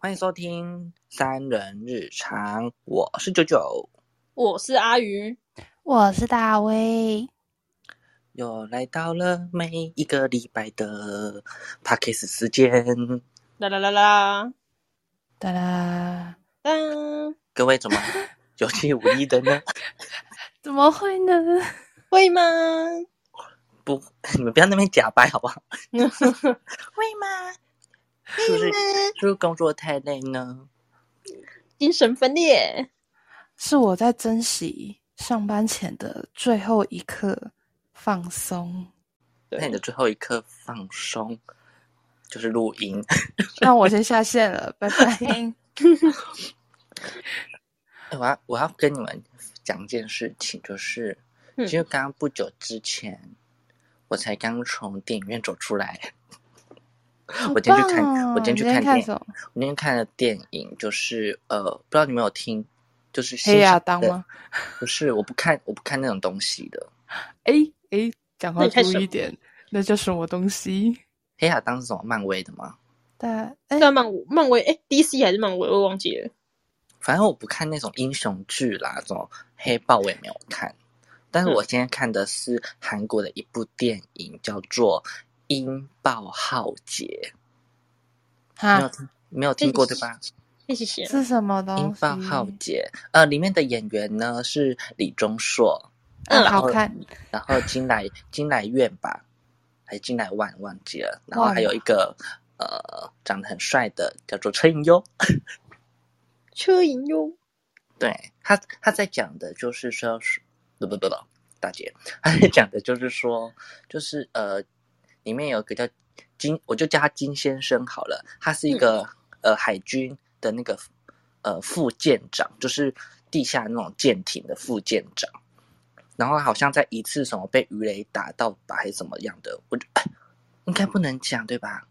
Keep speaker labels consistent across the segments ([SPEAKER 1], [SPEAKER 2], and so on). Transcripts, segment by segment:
[SPEAKER 1] 欢迎收听《三人日常》，我是九九，
[SPEAKER 2] 我是阿鱼，
[SPEAKER 3] 我是大威，
[SPEAKER 1] 又来到了每一个礼拜的 p a c k a g e 时间。
[SPEAKER 2] 啦啦啦啦
[SPEAKER 3] 哒啦！
[SPEAKER 2] 当，
[SPEAKER 1] 各位怎么有气无力的呢？
[SPEAKER 3] 怎么会呢？
[SPEAKER 2] 会吗？
[SPEAKER 1] 不， 你们不要那边假掰好不 好？
[SPEAKER 2] 会吗？
[SPEAKER 1] 是不是是不是工作太累呢？
[SPEAKER 2] 精神分裂，
[SPEAKER 3] 是我在珍惜上班前的最后一刻放松，
[SPEAKER 1] 那你
[SPEAKER 2] 对
[SPEAKER 1] 的最后一刻放松就是录音。
[SPEAKER 3] 那我先下线了，拜
[SPEAKER 1] 哎
[SPEAKER 3] 拜。
[SPEAKER 1] 我要我要跟你们讲一件事情，就是
[SPEAKER 2] 嗯
[SPEAKER 1] 其实刚刚不久之前，我才刚从电影院走出来。我今天去看
[SPEAKER 3] 好棒哦
[SPEAKER 1] 我今天去
[SPEAKER 3] 你
[SPEAKER 1] 看电影
[SPEAKER 3] 什么？
[SPEAKER 1] 我那天看的电影就是呃，不知道你们有听，就是《
[SPEAKER 3] 黑亚当吗？？
[SPEAKER 1] 不是，我不看，我不看那种东西的。
[SPEAKER 3] 哎哎，讲
[SPEAKER 2] 那
[SPEAKER 3] 话
[SPEAKER 2] 你看
[SPEAKER 3] 注
[SPEAKER 2] 什
[SPEAKER 3] 意
[SPEAKER 2] 么
[SPEAKER 3] 一点，那叫什么东西？
[SPEAKER 1] 黑亚当是什么漫威的吗？
[SPEAKER 3] 但哎，
[SPEAKER 2] 算漫漫威哎、d c 还是漫威，我忘记了。
[SPEAKER 1] 反正我不看那种英雄剧啦，这种黑豹我也没有看。但是我
[SPEAKER 3] 嗯
[SPEAKER 1] 今天看的是韩国的一部电影，叫做《音爆浩劫》，没有
[SPEAKER 3] 哈，
[SPEAKER 1] 听没有听过对吧？
[SPEAKER 2] 谢谢谢
[SPEAKER 3] 是什么
[SPEAKER 1] 《音
[SPEAKER 3] 东西？
[SPEAKER 1] 爆浩劫》呃，里面的演员呢是李钟硕，
[SPEAKER 3] 嗯
[SPEAKER 1] 然后
[SPEAKER 3] 好看，
[SPEAKER 1] 然后金乃金乃苑吧，还是金乃万忘记了，然后
[SPEAKER 3] 忘了
[SPEAKER 1] 还有一个呃长得很帅的叫做车银优，
[SPEAKER 2] 车银优，
[SPEAKER 1] 对他，他在讲的就是说，是不不不不，大姐，他在讲的就是说，就是呃，里面有一个叫金，我就叫他金先生好了，他是一个、
[SPEAKER 3] 嗯
[SPEAKER 1] 呃海军的那个呃副舰长，就是地下那种舰艇的副舰长。然后好像在一次什么被鱼雷打到吧，还是怎么样的，我就应该不能讲对吧？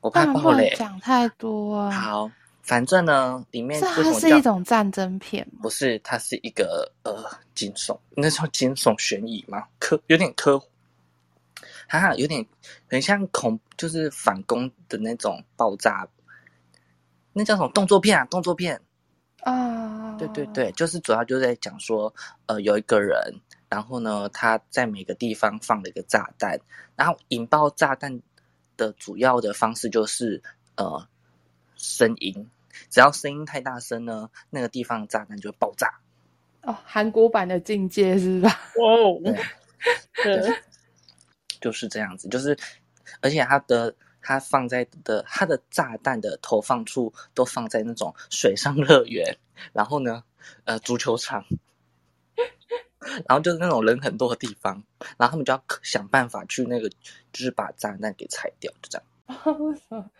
[SPEAKER 1] 我怕
[SPEAKER 3] 当然
[SPEAKER 1] 爆
[SPEAKER 3] 不能
[SPEAKER 1] 雷。
[SPEAKER 3] 讲太多啊。
[SPEAKER 1] 好，反正呢，里面
[SPEAKER 3] 这
[SPEAKER 1] 为什
[SPEAKER 3] 它
[SPEAKER 1] 么
[SPEAKER 3] 是
[SPEAKER 1] 叫
[SPEAKER 3] 一种战争片吗？
[SPEAKER 1] 不是，它是一个呃惊悚，那叫惊悚悬疑嘛，科有点科，啊，有点很像恐，就是反攻的那种爆炸，那叫什么动作片啊？动作片，
[SPEAKER 3] 啊，
[SPEAKER 1] 对对对，就是主要就在讲说，呃，有一个人，然后呢，他在每个地方放了一个炸弹，然后引爆炸弹的主要的方式就是呃声音，只要声音太大声呢，那个地方的炸弹就会爆炸。
[SPEAKER 3] 哦，韩国版的境界是吧？
[SPEAKER 2] 哇哦，
[SPEAKER 1] 对
[SPEAKER 2] 对，
[SPEAKER 1] 就是这样子，就是而且它的它放在的它的炸弹的投放处都放在那种水上乐园，然后呢，呃，足球场，然后就是那种人很多的地方，然后他们就要想办法去那个，就是把炸弹给拆掉，就这样。
[SPEAKER 3] 为什么？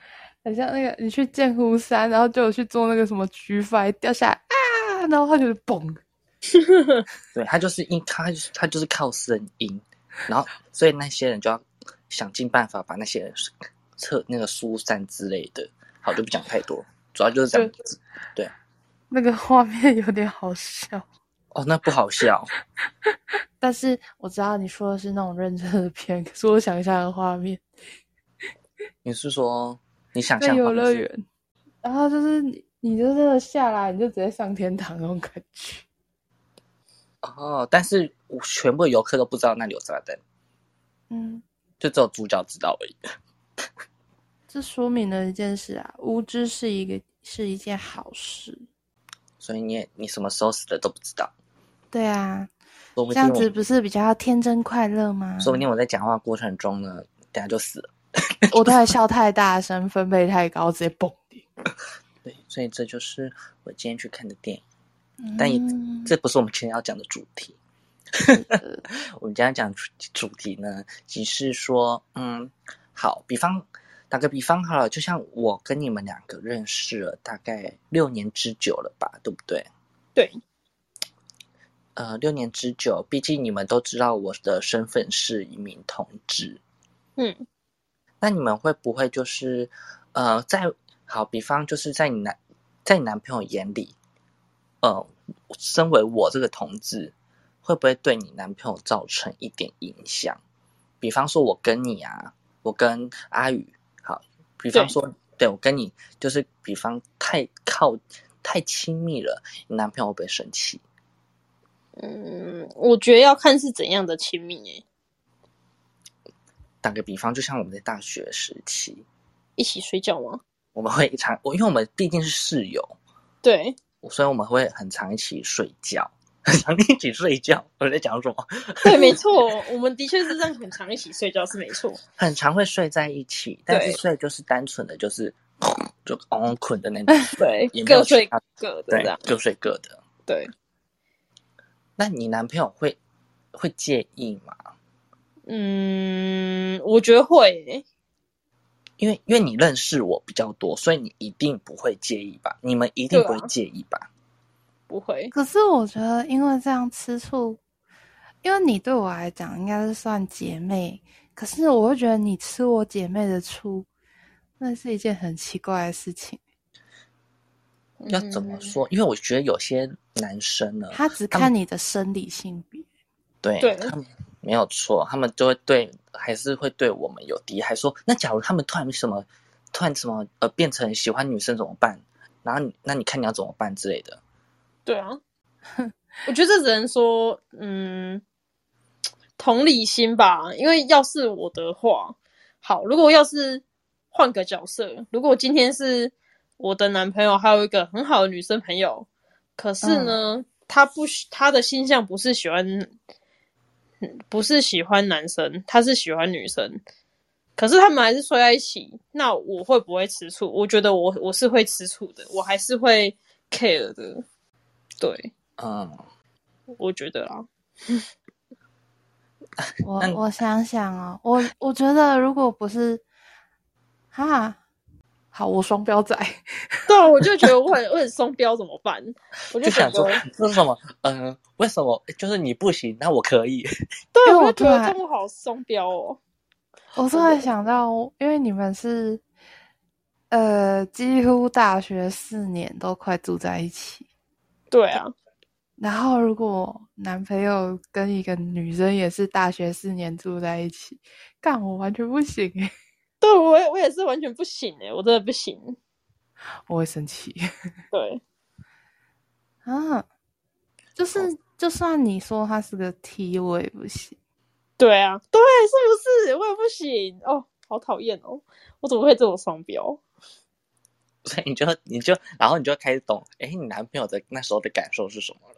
[SPEAKER 3] 很像那个你去剑湖山，然后就有去做那个什么举法掉下来啊，然后他就是嘣，
[SPEAKER 1] 对，它就是因它就是它就是靠声音，然后所以那些人就要想尽办法把那些人撤那个疏散之类的。好，就不讲太多，主要就是这样子。
[SPEAKER 3] 那个画面有点好笑。
[SPEAKER 1] 哦，那不好笑。
[SPEAKER 3] 但是我知道你说的是那种认真的片，可是我想一下的画面，
[SPEAKER 1] 你是说你想
[SPEAKER 3] 在
[SPEAKER 1] 象
[SPEAKER 3] 游
[SPEAKER 1] 画面
[SPEAKER 3] 乐
[SPEAKER 1] 是
[SPEAKER 3] 园，然后就是你你就真的下来，你就直接上天堂那种感觉。
[SPEAKER 1] 哦？但是我全部的游客都不知道那里有炸弹，
[SPEAKER 3] 嗯，
[SPEAKER 1] 就只有主角知道而已。
[SPEAKER 3] 这说明了一件事啊，无知是一个是一件好事。
[SPEAKER 1] 所以你也你什么时候死的都不知道，
[SPEAKER 3] 对啊，
[SPEAKER 1] 说不
[SPEAKER 3] 这
[SPEAKER 1] 定
[SPEAKER 3] 样
[SPEAKER 1] 我
[SPEAKER 3] 子不是比较天真快乐吗？
[SPEAKER 1] 说不定我在讲话过程中呢，等下就死了。
[SPEAKER 3] 我都还笑太大声，分贝太高，直接蹦你。
[SPEAKER 1] 对，所以这就是我今天去看的电影，但也、
[SPEAKER 3] 嗯
[SPEAKER 1] 这不是我们今天要讲的主题。
[SPEAKER 3] 呃
[SPEAKER 1] 我们今天讲主主题呢，只是说，嗯，好，比方打个比方好了，就像我跟你们两个认识了大概六年之久了吧，对不对？
[SPEAKER 2] 对，
[SPEAKER 1] 呃，六年之久，毕竟你们都知道我的身份是一名同志。
[SPEAKER 2] 嗯，
[SPEAKER 1] 那你们会不会就是，呃，在好比方就是在你男在你男朋友眼里，呃，身为我这个同志，会不会对你男朋友造成一点影响？比方说，我跟你啊，我跟阿宇，好，比方
[SPEAKER 2] 对
[SPEAKER 1] 说，对我跟你，就是比方太靠太亲密了，你男朋友会不会生气？
[SPEAKER 2] 嗯，我觉得要看是怎样的亲密诶、
[SPEAKER 1] 打个比方，就像我们在大学时期，
[SPEAKER 2] 一起睡觉吗？
[SPEAKER 1] 我们会一常我因为我们毕竟是室友，
[SPEAKER 2] 对，
[SPEAKER 1] 所以我们会很常一起睡觉，很常一起睡觉。 我在讲什么？
[SPEAKER 2] 对，没错，我们的确是这样，很常一起睡觉是没错。
[SPEAKER 1] 很常会睡在一起，但是
[SPEAKER 2] 对
[SPEAKER 1] 睡就是单纯的就是 就昂捆的那种，
[SPEAKER 2] 对
[SPEAKER 1] 也，没有
[SPEAKER 2] 各睡
[SPEAKER 1] 其他
[SPEAKER 2] 各的这
[SPEAKER 1] 对
[SPEAKER 2] 样，。
[SPEAKER 1] 各睡各的。
[SPEAKER 2] 对，
[SPEAKER 1] 那你男朋友会会介意吗？
[SPEAKER 2] 嗯，我觉得会欸、
[SPEAKER 1] 因为因为你认识我比较多，所以你一定不会介意吧？你们一定
[SPEAKER 2] 对啊
[SPEAKER 1] 不会介意吧？
[SPEAKER 2] 不会。
[SPEAKER 3] 可是我觉得，因为这样吃醋，因为你对我来讲应该是算姐妹，可是我会觉得你吃我姐妹的醋，那是一件很奇怪的事情。
[SPEAKER 1] 要怎
[SPEAKER 2] 嗯
[SPEAKER 1] 么说？因为我觉得有些男生呢，
[SPEAKER 3] 呃他只看你的生理性别，
[SPEAKER 1] 对，
[SPEAKER 2] 对
[SPEAKER 1] 他们没有错，他们就会对，还是会对我们有敌意，还说那假如他们突然什么，突然什么呃变成喜欢女生怎么办？然后你那你看你要怎么办之类的。
[SPEAKER 2] 对啊，我觉得这只能说，嗯，同理心吧。因为要是我的话，好，如果要是换个角色，如果今天是我的男朋友，还有一个很好的女生朋友，可是呢，他不喜他的倾向不是喜欢，嗯不是喜欢男生，他是喜欢女生。可是他们还是睡在一起，那我会不会吃醋？我觉得我我是会吃醋的，我还是会 care 的。对，
[SPEAKER 1] 嗯，
[SPEAKER 2] 我觉得啊啦，
[SPEAKER 3] 我
[SPEAKER 1] 那你
[SPEAKER 3] 我想想哦，我我觉得如果不是，哈，好，我双标仔，
[SPEAKER 2] 对啊，我就觉得我很我很双标怎么办？我
[SPEAKER 1] 就
[SPEAKER 2] 觉
[SPEAKER 1] 想
[SPEAKER 2] 得
[SPEAKER 1] 说 这是什么？嗯、为什么就是你不行，那我可以？
[SPEAKER 2] 对，
[SPEAKER 3] 因为
[SPEAKER 2] 我
[SPEAKER 3] 我
[SPEAKER 2] 就觉得
[SPEAKER 3] 对
[SPEAKER 2] 中午好双标哦。
[SPEAKER 3] 我突然想到，因为你们是，呃，几乎大学四年都快住在一起，
[SPEAKER 2] 对啊，
[SPEAKER 3] 然后如果男朋友跟一个女生也是大学四年住在一起，干我完全不行欸诶，
[SPEAKER 2] 对我也我也是完全不行哎、我真的不行。
[SPEAKER 3] 我会生气
[SPEAKER 2] 对，
[SPEAKER 3] 啊！就是就算你说他是个 T，我也不行。
[SPEAKER 2] 对啊，对，是不是？我也不行哦，好讨厌哦，我怎么会这种双标？
[SPEAKER 1] 所以你就你就然后你就开始懂，哎，你男朋友的那时候的感受是什么了？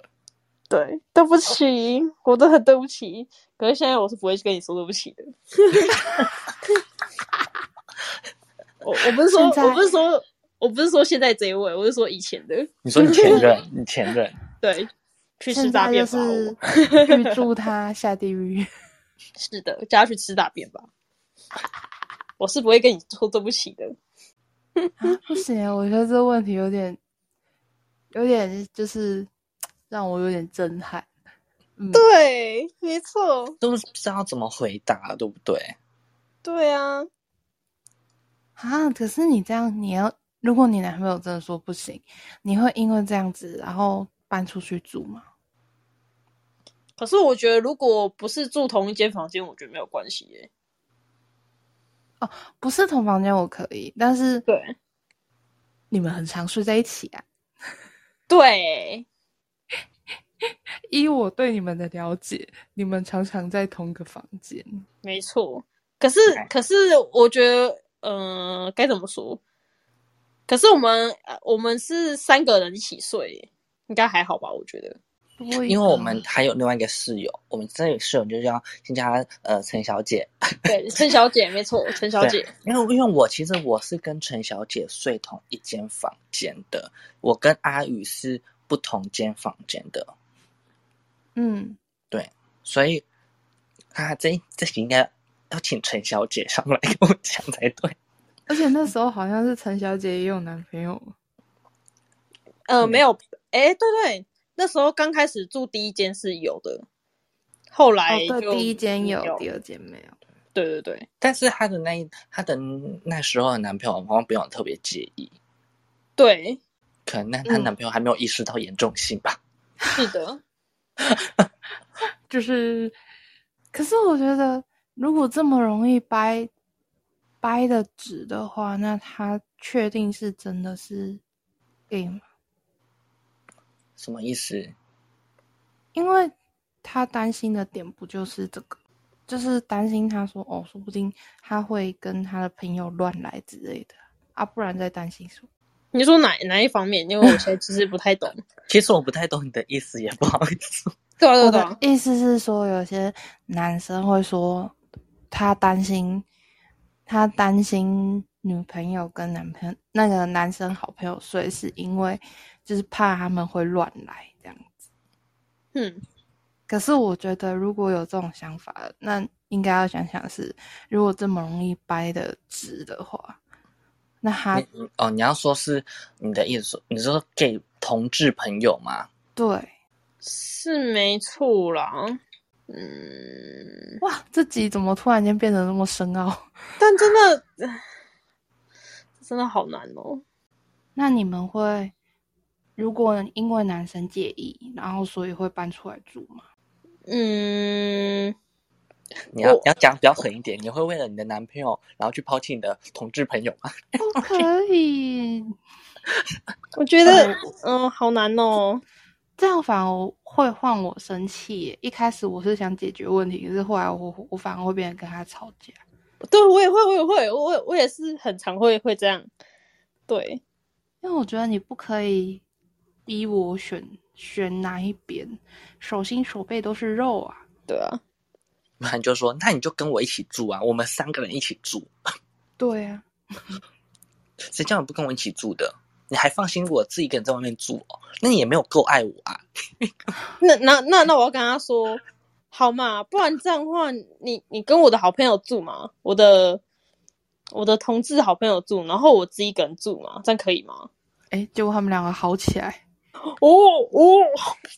[SPEAKER 2] 对，对不起，我真的很对不起。可是现在我是不会跟你说对不起的。 我我不是说，
[SPEAKER 3] 现在
[SPEAKER 2] 我不是说，我不是说现在这一位，我是说以前的。
[SPEAKER 1] 你说你前 任，你前任，
[SPEAKER 2] 对，去吃
[SPEAKER 3] 现
[SPEAKER 2] 大
[SPEAKER 3] 在
[SPEAKER 2] 便
[SPEAKER 3] 就
[SPEAKER 2] 吧。
[SPEAKER 3] 是
[SPEAKER 2] 我
[SPEAKER 3] 预祝他下地狱。
[SPEAKER 2] 是的，叫他去吃大便吧。 我是不会跟你说对不起的。
[SPEAKER 3] 啊不行，我觉得这个问题有点，有点就是让我有点震撼。嗯，
[SPEAKER 2] 对，没错，
[SPEAKER 1] 都不知道怎么回答，对不对？
[SPEAKER 2] 对啊，
[SPEAKER 3] 啊，可是你这样，你要如果你男朋友真的说不行，你会因为这样子然后搬出去住吗？
[SPEAKER 2] 可是我觉得，如果不是住同一间房间，我觉得没有关系耶。
[SPEAKER 3] 不是同房间我可以，但是
[SPEAKER 2] 对，
[SPEAKER 3] 你们很常睡在一起啊。
[SPEAKER 2] 对，
[SPEAKER 3] 依我对你们的了解，你们常常在同个房间。
[SPEAKER 2] 没错。可是
[SPEAKER 1] 对，
[SPEAKER 2] 可是，我觉得，嗯、该怎么说？可是我们，呃我们是三个人一起睡耶，应该还好吧？我觉得。
[SPEAKER 1] 因为我们还有另外一个室友，我们这里室友就叫先叫她呃陈小姐，
[SPEAKER 2] 对，陈小姐，没错，陈小姐。
[SPEAKER 1] 因为因为我其实我是跟陈小姐睡同一间房间的，我跟阿宇是不同间房间的，
[SPEAKER 3] 嗯，
[SPEAKER 1] 所以 啊这一这集应该要请陈小姐上来跟我讲才对。
[SPEAKER 3] 而且那时候好像是陈小姐也有男朋友，
[SPEAKER 2] 呃，
[SPEAKER 1] 嗯
[SPEAKER 2] 没有，哎、对对，那时候刚开始住第一间是有的，后
[SPEAKER 1] 哎
[SPEAKER 2] 来
[SPEAKER 3] 哦，
[SPEAKER 2] 就
[SPEAKER 3] 对，第一间
[SPEAKER 2] 没
[SPEAKER 3] 有，
[SPEAKER 2] 有，
[SPEAKER 3] 第二间没有。
[SPEAKER 2] 对对对，
[SPEAKER 1] 但是她的那一她的那时候的男朋友好像不用特别介意，
[SPEAKER 2] 对，
[SPEAKER 1] 可能那她
[SPEAKER 3] 嗯
[SPEAKER 1] 男朋友还没有意识到严重性吧。
[SPEAKER 2] 是的，
[SPEAKER 3] 就是，可是我觉得，如果这么容易掰掰的直的话，那他确定是真的是 gay 吗？
[SPEAKER 1] 什么意思？
[SPEAKER 3] 因为他担心的点不就是这个，就是担心他说哦，说不定他会跟他的朋友乱来之类的啊，不然在担心什么？
[SPEAKER 2] 你说哪哪一方面？因为我现在其实不太懂。
[SPEAKER 1] 其实我不太懂你的意思，也不好意思。
[SPEAKER 2] 对啊，对啊对
[SPEAKER 3] 我的
[SPEAKER 2] 啊，
[SPEAKER 3] 意思是说，有些男生会说他担心，他担心女朋友跟男朋友那个男生好朋友睡，是因为就是怕他们会乱来这样。
[SPEAKER 2] 嗯，
[SPEAKER 3] 可是我觉得，如果有这种想法，那应该要想想是，如果这么容易掰的直的话，那他
[SPEAKER 1] 你你哦，你要说是你的意思，你说给同志朋友吗？
[SPEAKER 3] 对
[SPEAKER 2] 是没错啦。嗯，
[SPEAKER 3] 哇，这集怎么突然间变得那么深奥？
[SPEAKER 2] 但真的，真的好难哦。
[SPEAKER 3] 那你们会，如果因为男生介意，然后所以会搬出来住 吗？
[SPEAKER 2] 嗯，
[SPEAKER 1] 你要
[SPEAKER 2] 我
[SPEAKER 1] 你要讲比较狠一点，你会为了你的男朋友，然后去抛弃你的同志朋友吗？
[SPEAKER 3] 不可以，
[SPEAKER 2] 我觉得，嗯，好难哦。
[SPEAKER 3] 这样反而会换我生气耶。一开始我是想解决问题，可是后来我我反而会变得跟他吵架。
[SPEAKER 2] 对，我也会，我也会，我也我也是很常会会这样。对，
[SPEAKER 3] 因为我觉得你不可以逼我选选哪一边，手心手背都是肉啊。
[SPEAKER 2] 对啊，
[SPEAKER 1] 不然就说，那你就跟我一起住啊，我们三个人一起住。
[SPEAKER 3] 对啊，
[SPEAKER 1] 谁叫你不跟我一起住的？你还放心我自己一个人在外面住哦？那你也没有够爱我啊！
[SPEAKER 2] 那那那那我要跟他说，好嘛，不然这样的话，你你跟我的好朋友住嘛，我的我的同志好朋友住，然后我自己一个人住嘛，这样可以吗？
[SPEAKER 3] 哎，结果他们两个好起来，
[SPEAKER 2] 哦哦，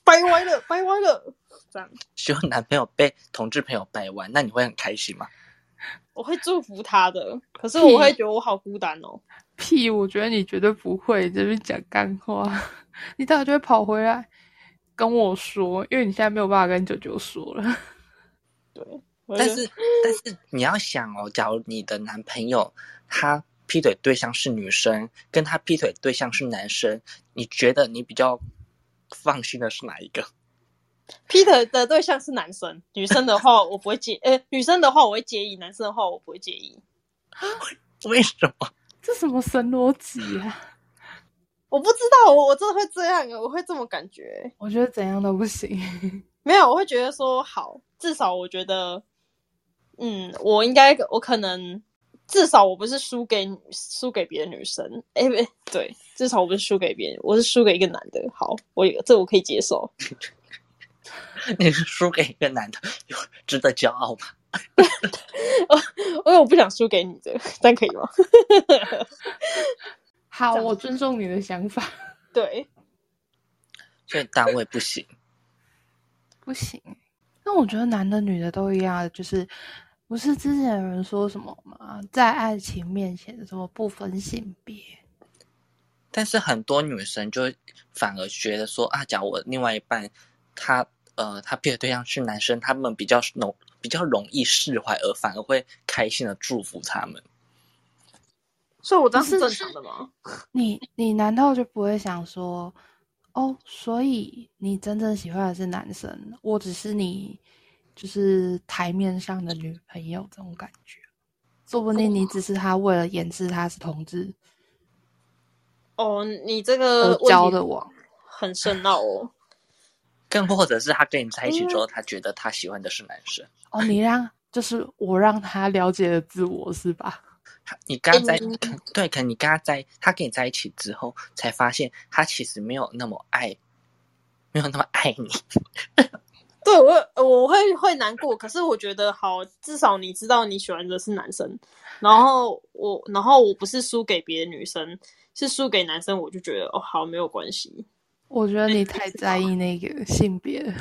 [SPEAKER 2] 掰歪了，掰歪了，这样
[SPEAKER 1] 希望男朋友被同志朋友掰弯，那你会很开心吗？
[SPEAKER 2] 我会祝福他的，可是我会觉得我好孤单哦。
[SPEAKER 3] 屁！我觉得你绝对不会这边讲干话，你待会就会跑回来跟我说，因为你现在没有办法跟九九说了。
[SPEAKER 2] 对，我就
[SPEAKER 1] 但是但是你要想哦，假如你的男朋友他劈腿对象是女生，跟他劈腿对象是男生，你觉得你比较放心的是哪一个？
[SPEAKER 2] Peter 的对象是男生，女生的话 我不会介，呃，女生的话我会介意，男生的话我不会介意。
[SPEAKER 1] 为什么？
[SPEAKER 3] 这什么神逻辑啊！
[SPEAKER 2] 我不知道，我我真的会这样，我会这么感觉、
[SPEAKER 3] 我觉得怎样都不行。
[SPEAKER 2] 没有，我会觉得说好，至少我觉得，嗯，我应该，我可能至少我不是输给女输给别的女生，哎，不 对，至少我不是输给别人，我是输给一个男的。好，我这我可以接受。
[SPEAKER 1] 你是输给一个男的，有值得骄傲吗？
[SPEAKER 2] 因为我不想输给女的，但可以吗？
[SPEAKER 3] 好，
[SPEAKER 2] 这样
[SPEAKER 3] 我尊重你的想法。
[SPEAKER 2] 对，
[SPEAKER 1] 所以单位不行。
[SPEAKER 3] 不行。那我觉得男的女的都一样，啊就是不是之前有人说什么吗？在爱情面前，什么不分性别？
[SPEAKER 1] 但是很多女生就反而觉得说啊，假如我另外一半他呃他劈腿对象是男生，他们比较容比较容易释怀，而反而会开心的祝福他们。
[SPEAKER 2] 所以我这
[SPEAKER 3] 样是正
[SPEAKER 2] 常的吗？
[SPEAKER 3] 你你难道就不会想说，哦，所以你真正喜欢的是男生，我只是你就是台面上的女朋友这种感觉？说不定你只是他为了掩饰他是同志
[SPEAKER 2] 哦，你这个
[SPEAKER 3] 而交的网。
[SPEAKER 2] 很深奥哦。
[SPEAKER 1] 更或者是他跟你在一起之后，他觉得他喜欢的是男生。
[SPEAKER 3] 哦，你让就是我让他了解了自我是吧？
[SPEAKER 1] 他你跟他在、
[SPEAKER 2] 嗯
[SPEAKER 1] 可对，可能你跟他在他跟你在一起之后，才发现他其实没有那么爱，没有那么爱你。
[SPEAKER 2] 对我呃我会会难过，可是我觉得好，至少你知道你喜欢的是男生，然后我然后我不是输给别的女生，是输给男生，我就觉得哦好没有关系。
[SPEAKER 3] 我觉得你太在意那个性别了，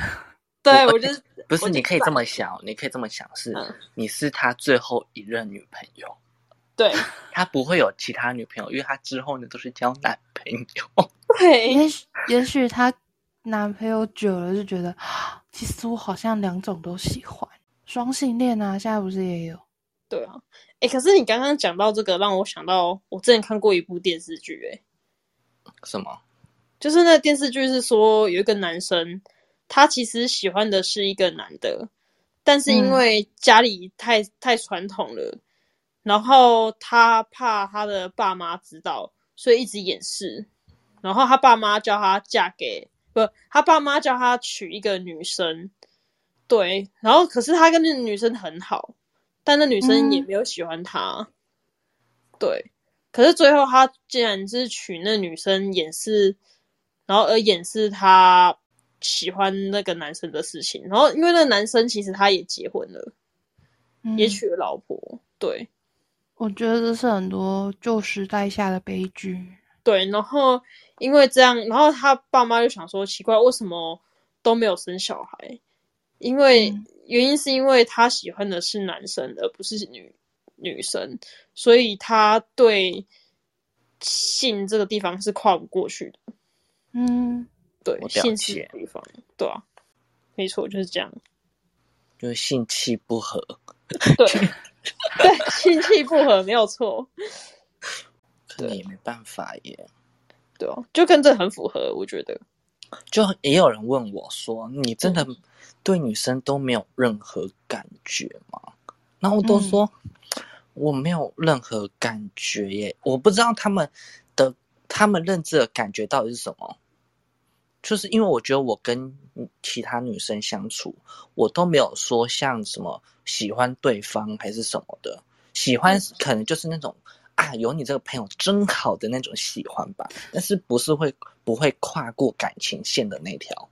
[SPEAKER 2] 对
[SPEAKER 1] 我
[SPEAKER 2] 我就是
[SPEAKER 1] 不是，
[SPEAKER 2] 我就
[SPEAKER 1] 你可以这么想，你可以这么想，是
[SPEAKER 2] 嗯
[SPEAKER 1] 你是他最后一任女朋友，
[SPEAKER 2] 对
[SPEAKER 1] 他不会有其他女朋友，因为他之后呢都是交男朋 友。
[SPEAKER 2] 对
[SPEAKER 3] 也许也许她男朋友久了就觉得，啊其实我好像两种都喜欢，双性恋啊，现在不是也有？
[SPEAKER 2] 对啊，哎、可是你刚刚讲到这个，让我想到我之前看过一部电视剧、诶
[SPEAKER 1] 什么？
[SPEAKER 2] 就是那电视剧是说有一个男生，他其实喜欢的是一个男的，但是因为家里太、太传统了，然后他怕他的爸妈知道，所以一直掩饰。然后他爸妈叫他嫁给不，他爸妈叫他娶一个女生，对。然后可是他跟那个女生很好，但那女生也
[SPEAKER 3] 嗯
[SPEAKER 2] 没有喜欢他，对。可是最后他竟然是娶那女生掩饰，然后而掩饰他喜欢那个男生的事情。然后因为那个男生其实他也结婚了，
[SPEAKER 3] 嗯
[SPEAKER 2] 也娶了老婆，对
[SPEAKER 3] 我觉得这是很多旧时代下的悲剧。
[SPEAKER 2] 对。然后因为这样，然后他爸妈就想说，奇怪，为什么都没有生小孩？因为、
[SPEAKER 3] 嗯
[SPEAKER 2] 原因是因为他喜欢的是男生，而不是女女生，所以他对性这个地方是跨不过去的。
[SPEAKER 3] 嗯，
[SPEAKER 2] 对
[SPEAKER 1] 我，了
[SPEAKER 2] 性是
[SPEAKER 1] 解
[SPEAKER 2] 地方，对啊，没错，就是这样。
[SPEAKER 1] 就是性气不合。
[SPEAKER 2] 对，对， 性气不合没有错，
[SPEAKER 1] 可你也没办法耶。
[SPEAKER 2] 对啊，就跟这很符合，我觉得。
[SPEAKER 1] 就也有人问我说：“你真的对女生都没有任何感觉吗？”然后我都说、我没有任何感觉耶，我不知道他们的他们认知的感觉到底是什么。就是因为我觉得我跟其他女生相处，我都没有说像什么喜欢对方还是什么的，喜欢可能就是那种啊，有你这个朋友真好的那种喜欢吧，但是不是会不会跨过感情线的那条？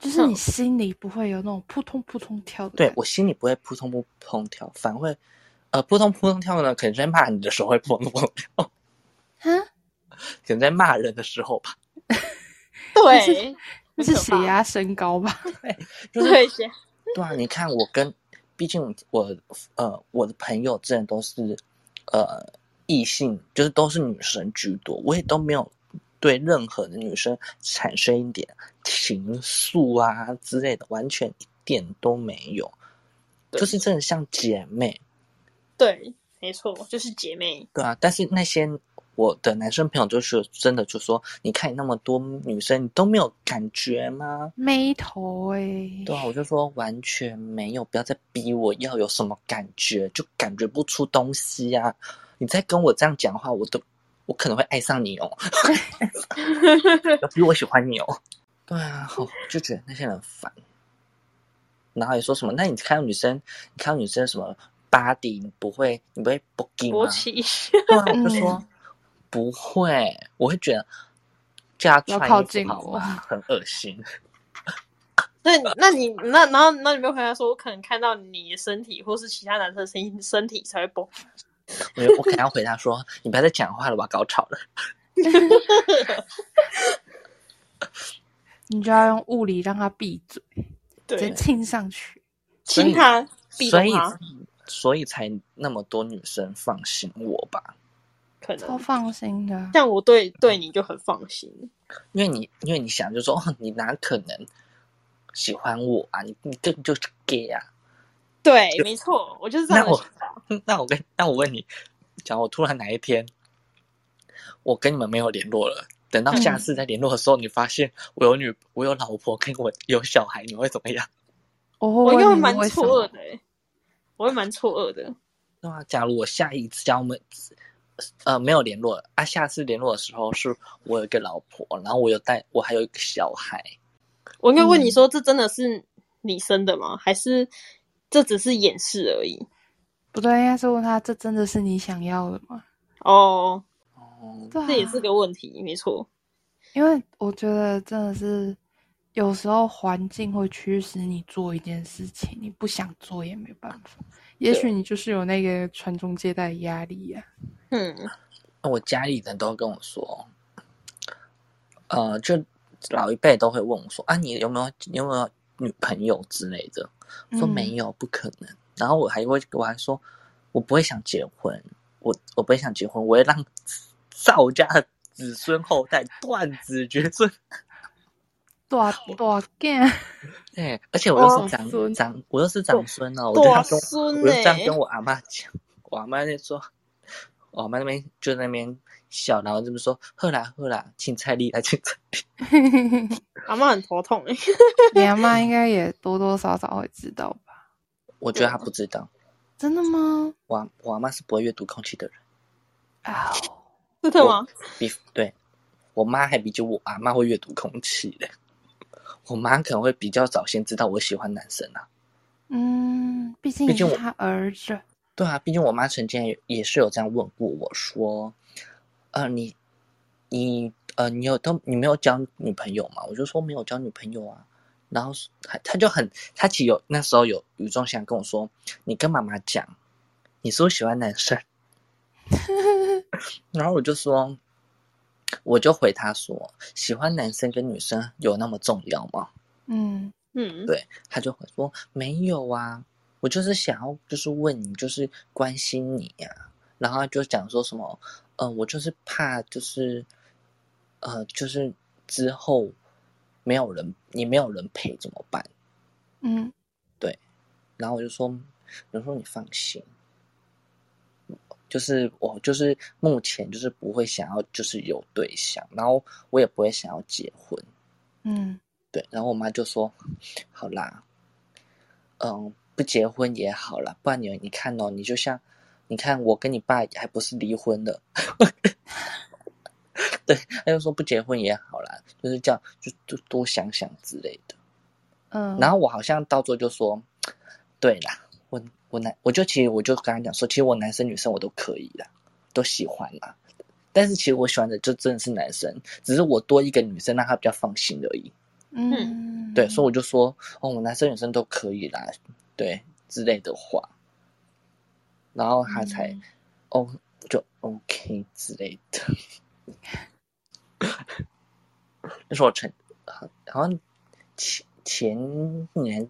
[SPEAKER 3] 就是你心里不会有那种扑通扑通跳的
[SPEAKER 1] 对
[SPEAKER 3] 感觉。
[SPEAKER 1] 我心里不会扑通扑通跳，反而会呃扑通扑通跳呢，可能在骂你的时候会扑通扑通跳，
[SPEAKER 3] 哈，
[SPEAKER 1] 可能在骂人的时候吧。
[SPEAKER 2] 对，
[SPEAKER 3] 那
[SPEAKER 2] 很
[SPEAKER 3] 是
[SPEAKER 2] 可
[SPEAKER 3] 血
[SPEAKER 2] 怕
[SPEAKER 3] 压升高吧？
[SPEAKER 1] 就是
[SPEAKER 2] 对，血
[SPEAKER 1] 对啊，你看我跟，毕竟我呃我的朋友真的都是呃异性，就是都是女生居多，我也都没有对任何的女生产生一点情愫啊之类的，完全一点都没有，
[SPEAKER 2] 对
[SPEAKER 1] 就是真的像姐妹，
[SPEAKER 2] 对，没错，就是姐妹。
[SPEAKER 1] 对啊。但是那些我的男生朋友就是真的就说，你看你那么多女生，你都没有感觉吗？
[SPEAKER 3] 眉头哎、
[SPEAKER 1] 对啊，我就说完全没有，不要再逼我要有什么感觉，就感觉不出东西呀、你再跟我这样讲话，我都我可能会爱上你哦， 要逼我喜欢你哦。对啊，好就觉得那些人很烦，然后也说什么，那你看到女生，你看到女生什么 body，你不会你不会 b o
[SPEAKER 2] 勃
[SPEAKER 1] 吗？
[SPEAKER 2] 起，
[SPEAKER 1] 对啊，我就
[SPEAKER 3] 嗯
[SPEAKER 1] 说、不会，我会觉得叫她
[SPEAKER 3] 要
[SPEAKER 1] 穿
[SPEAKER 3] 靠
[SPEAKER 1] 衣服
[SPEAKER 3] 近
[SPEAKER 1] 好
[SPEAKER 3] 我
[SPEAKER 1] 吗很恶心。
[SPEAKER 2] 那你那你那然后那你没有回答说，我可能看到你的身体或是其他男生的身身体才会崩。
[SPEAKER 1] 我就我可能要回答说：“你不要再讲话了，我要高潮了。
[SPEAKER 3] 你就要用物理让他闭嘴，直接
[SPEAKER 2] 对，
[SPEAKER 3] 亲上去。
[SPEAKER 1] 所以
[SPEAKER 2] 亲他，”壁
[SPEAKER 1] 所
[SPEAKER 2] 咚
[SPEAKER 1] 以
[SPEAKER 3] 啊
[SPEAKER 2] 他，
[SPEAKER 1] 所以才那么多女生放心我吧，
[SPEAKER 2] 可
[SPEAKER 3] 超
[SPEAKER 2] 能
[SPEAKER 3] 放心的啊。
[SPEAKER 2] 像我对对你就很放心。
[SPEAKER 1] 因为你因为你想就说哦，你哪可能喜欢我啊？你你根本就是 gay 啊！
[SPEAKER 2] 对，没错，我就是这样
[SPEAKER 1] 那
[SPEAKER 2] 的
[SPEAKER 1] 我
[SPEAKER 2] 想法。
[SPEAKER 1] 那我跟那我问你，假如我突然哪一天我跟你们没有联络了，等到下次再联络的时候，你发现我有女我有老婆，跟我有小孩，你会怎么样？
[SPEAKER 3] 我会
[SPEAKER 2] 我
[SPEAKER 3] 问
[SPEAKER 2] 应该会
[SPEAKER 3] 你
[SPEAKER 2] 蛮
[SPEAKER 3] 为什
[SPEAKER 2] 错
[SPEAKER 3] 么
[SPEAKER 2] 愕的、欸，我会蛮错愕的。
[SPEAKER 1] 对啊，假如我下一次，假如我们呃没有联络了啊，下次联络的时候是我有一个老婆，然后我有带我还有一个小孩，
[SPEAKER 2] 我应该问你
[SPEAKER 3] 嗯
[SPEAKER 2] 说，这真的是你生的吗？还是这只是掩饰而已？
[SPEAKER 3] 不对，应该是问他这真的是你想要的吗？
[SPEAKER 2] 哦，
[SPEAKER 1] 哦，
[SPEAKER 3] 对、啊，
[SPEAKER 2] 这也是个问题，没错。
[SPEAKER 3] 因为我觉得真的是有时候环境会驱使你做一件事情，你不想做也没办法。也许你就是有那个传宗接代的压力呀、
[SPEAKER 2] 嗯，
[SPEAKER 1] 我家里人都跟我说，呃，就老一辈都会问我说啊，你有没有你有没有女朋友之类的？我说
[SPEAKER 3] 嗯
[SPEAKER 1] 没有，不可能。然后我还会我还说，我不会想结婚，我我不会想结婚，我会让赵家的子孙后代断子绝 孙。
[SPEAKER 3] 大大 干，
[SPEAKER 1] 对，哎而且我又
[SPEAKER 3] 哇
[SPEAKER 1] 是长
[SPEAKER 3] 哦孙
[SPEAKER 1] 长，我又是长孙哦，我就这
[SPEAKER 2] 大
[SPEAKER 1] 样跟
[SPEAKER 2] 啊孙
[SPEAKER 1] 我就这样
[SPEAKER 2] 欸
[SPEAKER 1] 跟我阿妈讲，我阿妈就说，我阿妈那边就在那边笑，然后这么说，喝啦喝啦，青菜粒啊青菜粒，
[SPEAKER 2] 阿妈很头痛 哎、
[SPEAKER 3] 你阿妈应该也多多少少会知道吧？
[SPEAKER 1] 我觉得他不知道，
[SPEAKER 3] 真的吗？
[SPEAKER 1] 我阿我阿妈是不会阅读空气的人，
[SPEAKER 3] 啊、
[SPEAKER 2] 真的吗？
[SPEAKER 1] 比对我妈还比起我阿妈会阅读空气的，我妈可能会比较早先知道我喜欢男生啊，
[SPEAKER 3] 嗯，毕竟
[SPEAKER 1] 毕
[SPEAKER 3] 你
[SPEAKER 1] 竟
[SPEAKER 3] 是
[SPEAKER 1] 我
[SPEAKER 3] 他儿子，
[SPEAKER 1] 对啊，毕竟我妈曾经也也是有这样问过我说，呃，你你呃，你有都你没有交女朋友吗？我就说没有交女朋友啊。然后是还她就很，她其实有那时候有语重心长跟我说，你跟妈妈讲，你是不是喜欢男生？ 然后我就说，我就回她说，喜欢男生跟女生有那么重要吗？
[SPEAKER 3] 嗯，
[SPEAKER 2] 嗯，
[SPEAKER 1] 对，他就会说没有啊，我就是想要就是问你，就是关心你呀、然后他就讲说什么，嗯、我就是怕就是，呃，就是之后没有人，你没有人陪怎么办？
[SPEAKER 3] 嗯，
[SPEAKER 1] 然后我就说，我就说你放心，就是我就是目前就是不会想要就是有对象，然后我也不会想要结婚。
[SPEAKER 3] 嗯，
[SPEAKER 1] 对，然后我妈就说：“好啦，嗯，不结婚也好啦，不然你你看哦，你就像你看我跟你爸还不是离婚的， 对，她就说不结婚也好啦，就是这样，就就多想想之类的。
[SPEAKER 3] 嗯，
[SPEAKER 1] 然后我好像到最后就说：对啦，我我男我就其实我就跟他讲说，其实我男生女生我都可以啦，都喜欢啦。”但是其实我喜欢的就真的是男生，只是我多一个女生让他比较放心而已。
[SPEAKER 3] 嗯，
[SPEAKER 1] 对，所以我就说，哦，我男生女生都可以啦，对之类的话，然后他才，
[SPEAKER 3] 嗯
[SPEAKER 1] 哦，就 OK 之类的。 那是我前好好像前前年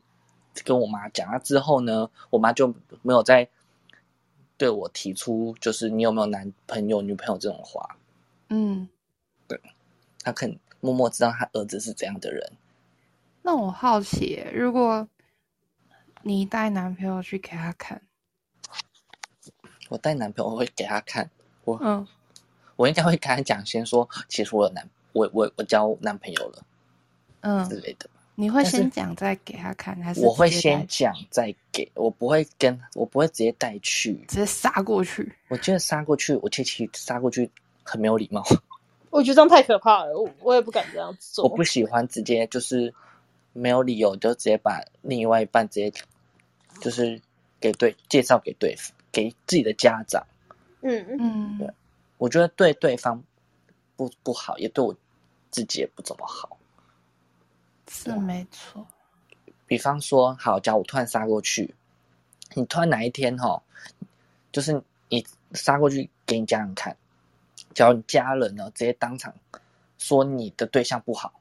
[SPEAKER 1] 跟我妈讲，那之后呢，我妈就没有再对我提出就是你有没有男朋友、女朋友这种话，
[SPEAKER 3] 嗯，
[SPEAKER 1] 她可能默默知道她儿子是怎样的人。
[SPEAKER 3] 那我好奇耶，如果你带男朋友去给他看，
[SPEAKER 1] 我带男朋友我会给她看，我
[SPEAKER 3] 嗯，
[SPEAKER 1] 我应该会跟他讲，先说其实我有男，我我我交男朋友了之
[SPEAKER 3] 嗯，
[SPEAKER 1] 类的。
[SPEAKER 3] 你会
[SPEAKER 1] 但是
[SPEAKER 3] 先讲再给他看，还是
[SPEAKER 1] 我会
[SPEAKER 3] 直接带
[SPEAKER 1] 先讲再给，我不会跟我不会直接带去。
[SPEAKER 3] 直接杀过去？
[SPEAKER 1] 我觉得杀过去，我切切杀过去很没有礼貌，
[SPEAKER 2] 我觉得这样太可怕了，我我也不敢这样做。
[SPEAKER 1] 我不喜欢直接就是没有理由就直接把另外一半直接就是给对介绍给对给自己的家长，
[SPEAKER 2] 嗯，
[SPEAKER 3] 嗯，
[SPEAKER 1] 我觉得对对方不不好，也对我自己也不怎么好。
[SPEAKER 3] 是
[SPEAKER 1] 啊
[SPEAKER 3] 没错，
[SPEAKER 1] 比方说，好，假如我突然杀过去，你突然哪一天哈，就是你杀过去给你家人看，假如你家人呢直接当场说你的对象不好，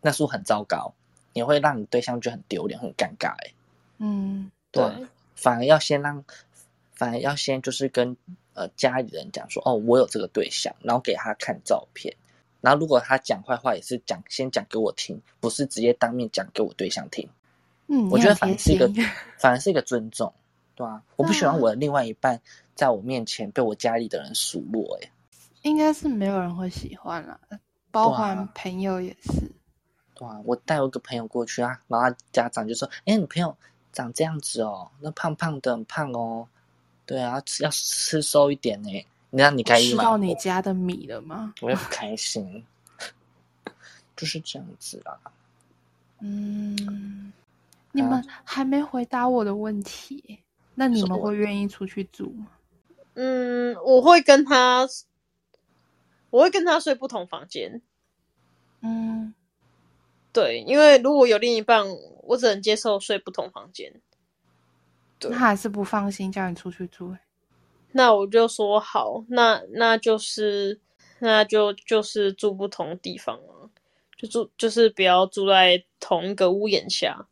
[SPEAKER 1] 那是不是很糟糕？你会让你对象觉得很丢脸、很尴尬、欸，
[SPEAKER 3] 嗯
[SPEAKER 1] 对啊，反而要先让，反而要先就是跟呃家里人讲说，哦，我有这个对象，然后给他看照片，然后如果他讲坏话，也是讲先讲给我听，不是直接当面讲给我对象听。
[SPEAKER 3] 嗯，
[SPEAKER 1] 我
[SPEAKER 3] 你
[SPEAKER 1] 觉得
[SPEAKER 3] 很
[SPEAKER 1] 反而
[SPEAKER 3] 贴
[SPEAKER 1] 是一个
[SPEAKER 3] 心，
[SPEAKER 1] 反而是一个尊重，对啊，我不喜欢
[SPEAKER 3] 对啊
[SPEAKER 1] 我的另外一半在我面前被我家里的人数落、欸，哎，
[SPEAKER 3] 应该是没有人会喜欢啦，包
[SPEAKER 1] 对啊
[SPEAKER 3] 含朋友也是。
[SPEAKER 1] 对啊，我带我一个朋友过去啊，然后他家长就说，哎、你朋友长这样子哦，那胖胖的很胖哦，对啊，吃要吃瘦一点呢、欸，那你开
[SPEAKER 3] 吃
[SPEAKER 1] 心吗？
[SPEAKER 3] 到你家的米了吗？
[SPEAKER 1] 我也不开心， 就是这样子啊啦。
[SPEAKER 3] 嗯，你们还没回答我的问题，那你
[SPEAKER 1] 啊什么
[SPEAKER 3] 们会
[SPEAKER 1] 问
[SPEAKER 3] 愿意出去住吗？
[SPEAKER 2] 嗯，我会跟他，我会跟他睡不同房间。
[SPEAKER 3] 嗯，
[SPEAKER 2] 对，因为如果有另一半，我只能接受睡不同房间。对
[SPEAKER 3] 他还是不放心叫你出去住、欸
[SPEAKER 2] 那我就说好，那那就是那就就是住不同地方啊，就住就是不要住在同一个屋檐下。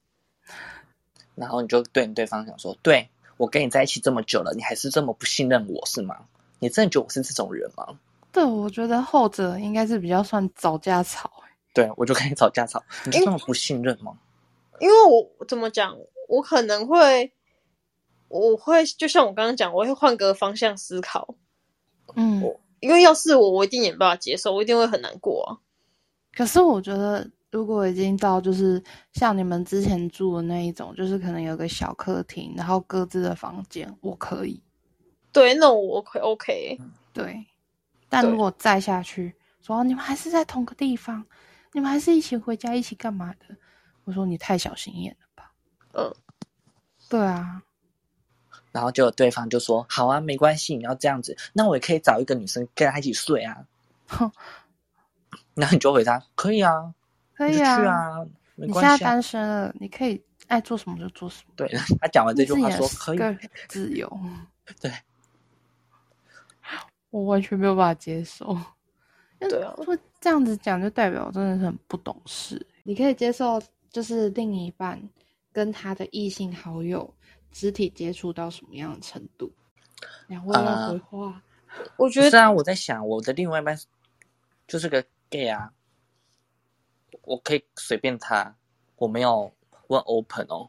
[SPEAKER 1] 然后你就对你对方想说，对我跟你在一起这么久了，你还是这么不信任我是吗？你真的觉得我是这种人吗？
[SPEAKER 3] 对，我觉得后者应该是比较算早架吵、欸
[SPEAKER 1] 对我就跟你吵架吵，你就这么不信任吗？
[SPEAKER 2] 因为我怎么讲，我可能会，我会就像我刚刚讲，我会换个方向思考，
[SPEAKER 3] 嗯，
[SPEAKER 2] 因为要是我，我一定也没办法接受，我一定会很难过啊。
[SPEAKER 3] 可是我觉得，如果已经到就是像你们之前住的那一种，就是可能有个小客厅，然后各自的房间，我可以
[SPEAKER 2] 对，那我 OK OK，
[SPEAKER 3] 对。但
[SPEAKER 2] 对
[SPEAKER 3] 如果再下去说你们还是在同个地方，你们还是一起回家一起干嘛的，我说你太小心眼了吧。
[SPEAKER 2] 嗯，
[SPEAKER 3] 对啊，
[SPEAKER 1] 然后结果对方就说：“好啊，没关系，你要这样子，那我也可以找一个女生跟她一起睡啊。
[SPEAKER 3] 哼，”
[SPEAKER 1] 然后你就回答：“可以啊，
[SPEAKER 3] 可
[SPEAKER 1] 你
[SPEAKER 3] 以
[SPEAKER 1] 就去
[SPEAKER 3] 啊。
[SPEAKER 1] 啊，没
[SPEAKER 3] 你现
[SPEAKER 1] 关
[SPEAKER 3] 在
[SPEAKER 1] 系啊。
[SPEAKER 3] 单身了，你可以爱做什么就做什么。”
[SPEAKER 1] 对， 他讲完这句
[SPEAKER 3] 是
[SPEAKER 1] 话
[SPEAKER 3] 你的
[SPEAKER 1] 说：“可以。
[SPEAKER 3] 个人自由。
[SPEAKER 1] 对，
[SPEAKER 3] 我完全没有办法接受。
[SPEAKER 2] 对啊
[SPEAKER 3] 说这样子讲，就代表我真的是很不懂事。你可以接受，就是另一半跟他的异性好友肢体接触到什么样的程度？两位要
[SPEAKER 1] 呃
[SPEAKER 3] 回话。
[SPEAKER 2] 我”
[SPEAKER 1] 不
[SPEAKER 2] 觉
[SPEAKER 1] 是
[SPEAKER 2] 得
[SPEAKER 1] 啊，我在想我的另外一半就是个 gay 啊，我可以随便他，我没有我很 open 哦。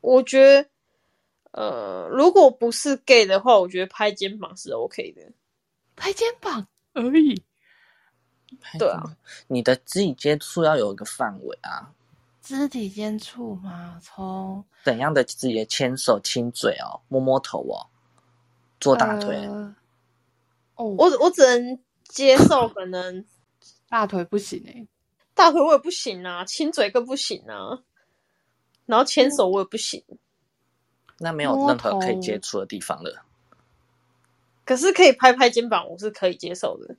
[SPEAKER 2] 我觉得，呃，如果不是 gay 的话，我觉得拍肩膀是 OK 的。
[SPEAKER 3] 拍肩膀而已。
[SPEAKER 2] 对啊，
[SPEAKER 1] 哎你的肢体接触要有一个范围啊，
[SPEAKER 3] 肢体接触嘛，从
[SPEAKER 1] 怎样的肢体牵手、亲嘴哦，摸摸头哦，做大腿。
[SPEAKER 3] 呃哦，
[SPEAKER 2] 我我只能接受，可能
[SPEAKER 3] 大腿不行哎、欸，
[SPEAKER 2] 大腿我也不行啊，亲嘴更不行啊，然后牵手我也不行。
[SPEAKER 1] 那没有
[SPEAKER 3] 摸
[SPEAKER 1] 任何可以
[SPEAKER 3] 头
[SPEAKER 1] 接触的地方了。
[SPEAKER 2] 可是可以拍拍肩膀，我是可以接受的。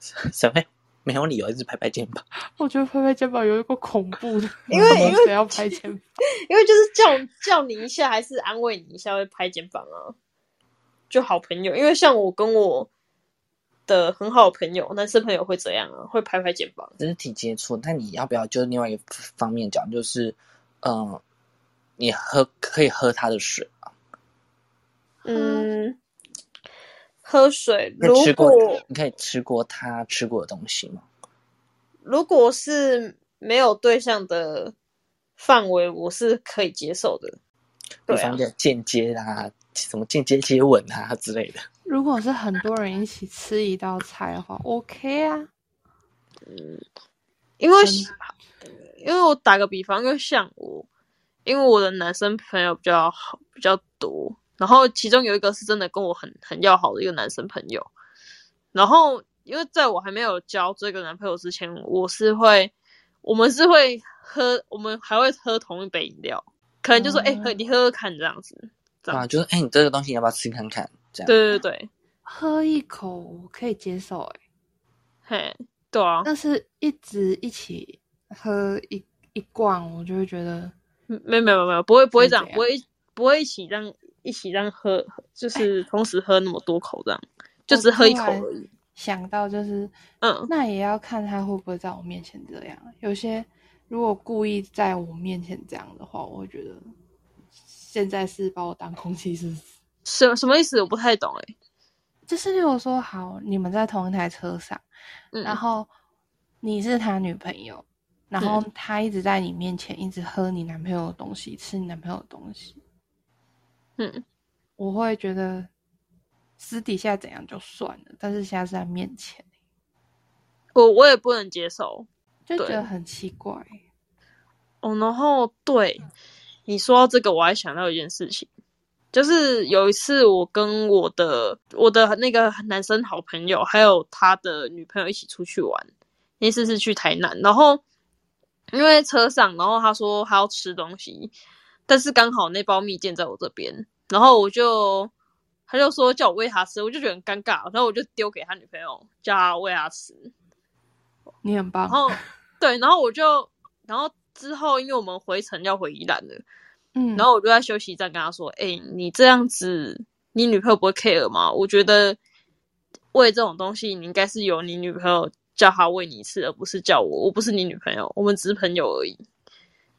[SPEAKER 1] 小妹没有理由一直拍拍肩膀，
[SPEAKER 3] 我觉得拍拍肩膀有一个恐怖 的，
[SPEAKER 2] 因为因为
[SPEAKER 3] 谁要拍肩膀？
[SPEAKER 2] 因为就是叫叫你一下，还是安慰你一下，会拍肩膀啊，就好朋友。因为像我跟我的很好的朋友，男生朋友会这样啊，会拍拍肩膀。
[SPEAKER 1] 肢体接触。那你要不要就是另外一个方面讲，就是，嗯、你喝可以喝他的水，
[SPEAKER 2] 嗯，喝水。
[SPEAKER 1] 你可以
[SPEAKER 2] 如
[SPEAKER 1] 吃过
[SPEAKER 2] 果，
[SPEAKER 1] 你可以吃过他吃过的东西吗？
[SPEAKER 2] 如果是没有对象的范围，我是可以接受的。
[SPEAKER 1] 比
[SPEAKER 2] 对啊
[SPEAKER 1] 方，讲间接啦，什么间接接吻啊之类的。
[SPEAKER 3] 如果是很多人一起吃一道菜的话，OK 啊。
[SPEAKER 2] 因为
[SPEAKER 3] 真
[SPEAKER 2] 因为我打个比方，因为像我，因为我的男生朋友比较好比较多，然后其中有一个是真的跟我很很要好的一个男生朋友，然后因为在我还没有交这个男朋友之前，我是会我们是会喝，我们还会喝同一杯饮料，可能就说
[SPEAKER 3] 嗯
[SPEAKER 2] 哎、喝你喝喝看这样子，这
[SPEAKER 1] 啊，
[SPEAKER 2] 样
[SPEAKER 1] 就是哎、你这个东西你要不要吃看看？这样。
[SPEAKER 2] 对对对，
[SPEAKER 3] 喝一口我可以接受、欸，
[SPEAKER 2] 嘿，对啊，
[SPEAKER 3] 但是一直一起喝一一罐，我就会觉得
[SPEAKER 2] 没有没有没有，不会不会这样
[SPEAKER 3] 是，怎样
[SPEAKER 2] 不会不会一起这样一起这样喝， 就是同时喝那么多口这样，就只
[SPEAKER 3] 哦
[SPEAKER 2] 喝一口而已。。
[SPEAKER 3] 想到就是，
[SPEAKER 2] 嗯，
[SPEAKER 3] 那也要看他会不会在我面前这样。有些如果故意在我面前这样的话，我会觉得现在是把我当空气是不是
[SPEAKER 2] 什什么意思？我不太懂哎、
[SPEAKER 3] 就是例如说，好，你们在同一台车上，
[SPEAKER 2] 嗯，
[SPEAKER 3] 然后你是他女朋友，然后
[SPEAKER 2] 嗯
[SPEAKER 3] 他一直在你面前一直喝你男朋友的东西，吃你男朋友的东西，
[SPEAKER 2] 嗯，
[SPEAKER 3] 我会觉得私底下怎样就算了，但是现在是在面前，
[SPEAKER 2] 我我也不能接受。
[SPEAKER 3] 就
[SPEAKER 2] 对
[SPEAKER 3] 觉得很奇怪。
[SPEAKER 2] 哦，然后对你说到这个，我还想到一件事情，就是有一次我跟我的我的那个男生好朋友，还有他的女朋友一起出去玩，那次是去台南，然后因为车上，然后他说他要吃东西，但是刚好那包蜜饯在我这边，然后我就他就说叫我喂他吃，我就觉得很尴尬，然后我就丢给他女朋友，叫他喂他吃，
[SPEAKER 3] 你很棒
[SPEAKER 2] 然，后对，然后我就，然后之后因为我们回程要回宜兰了，
[SPEAKER 3] 嗯，
[SPEAKER 2] 然后我就在休息站跟他说：“哎、你这样子，你女朋友不会 care 吗？我觉得为这种东西，你应该是由你女朋友叫她喂你吃，而不是叫我。我不是你女朋友，我们只是朋友而已。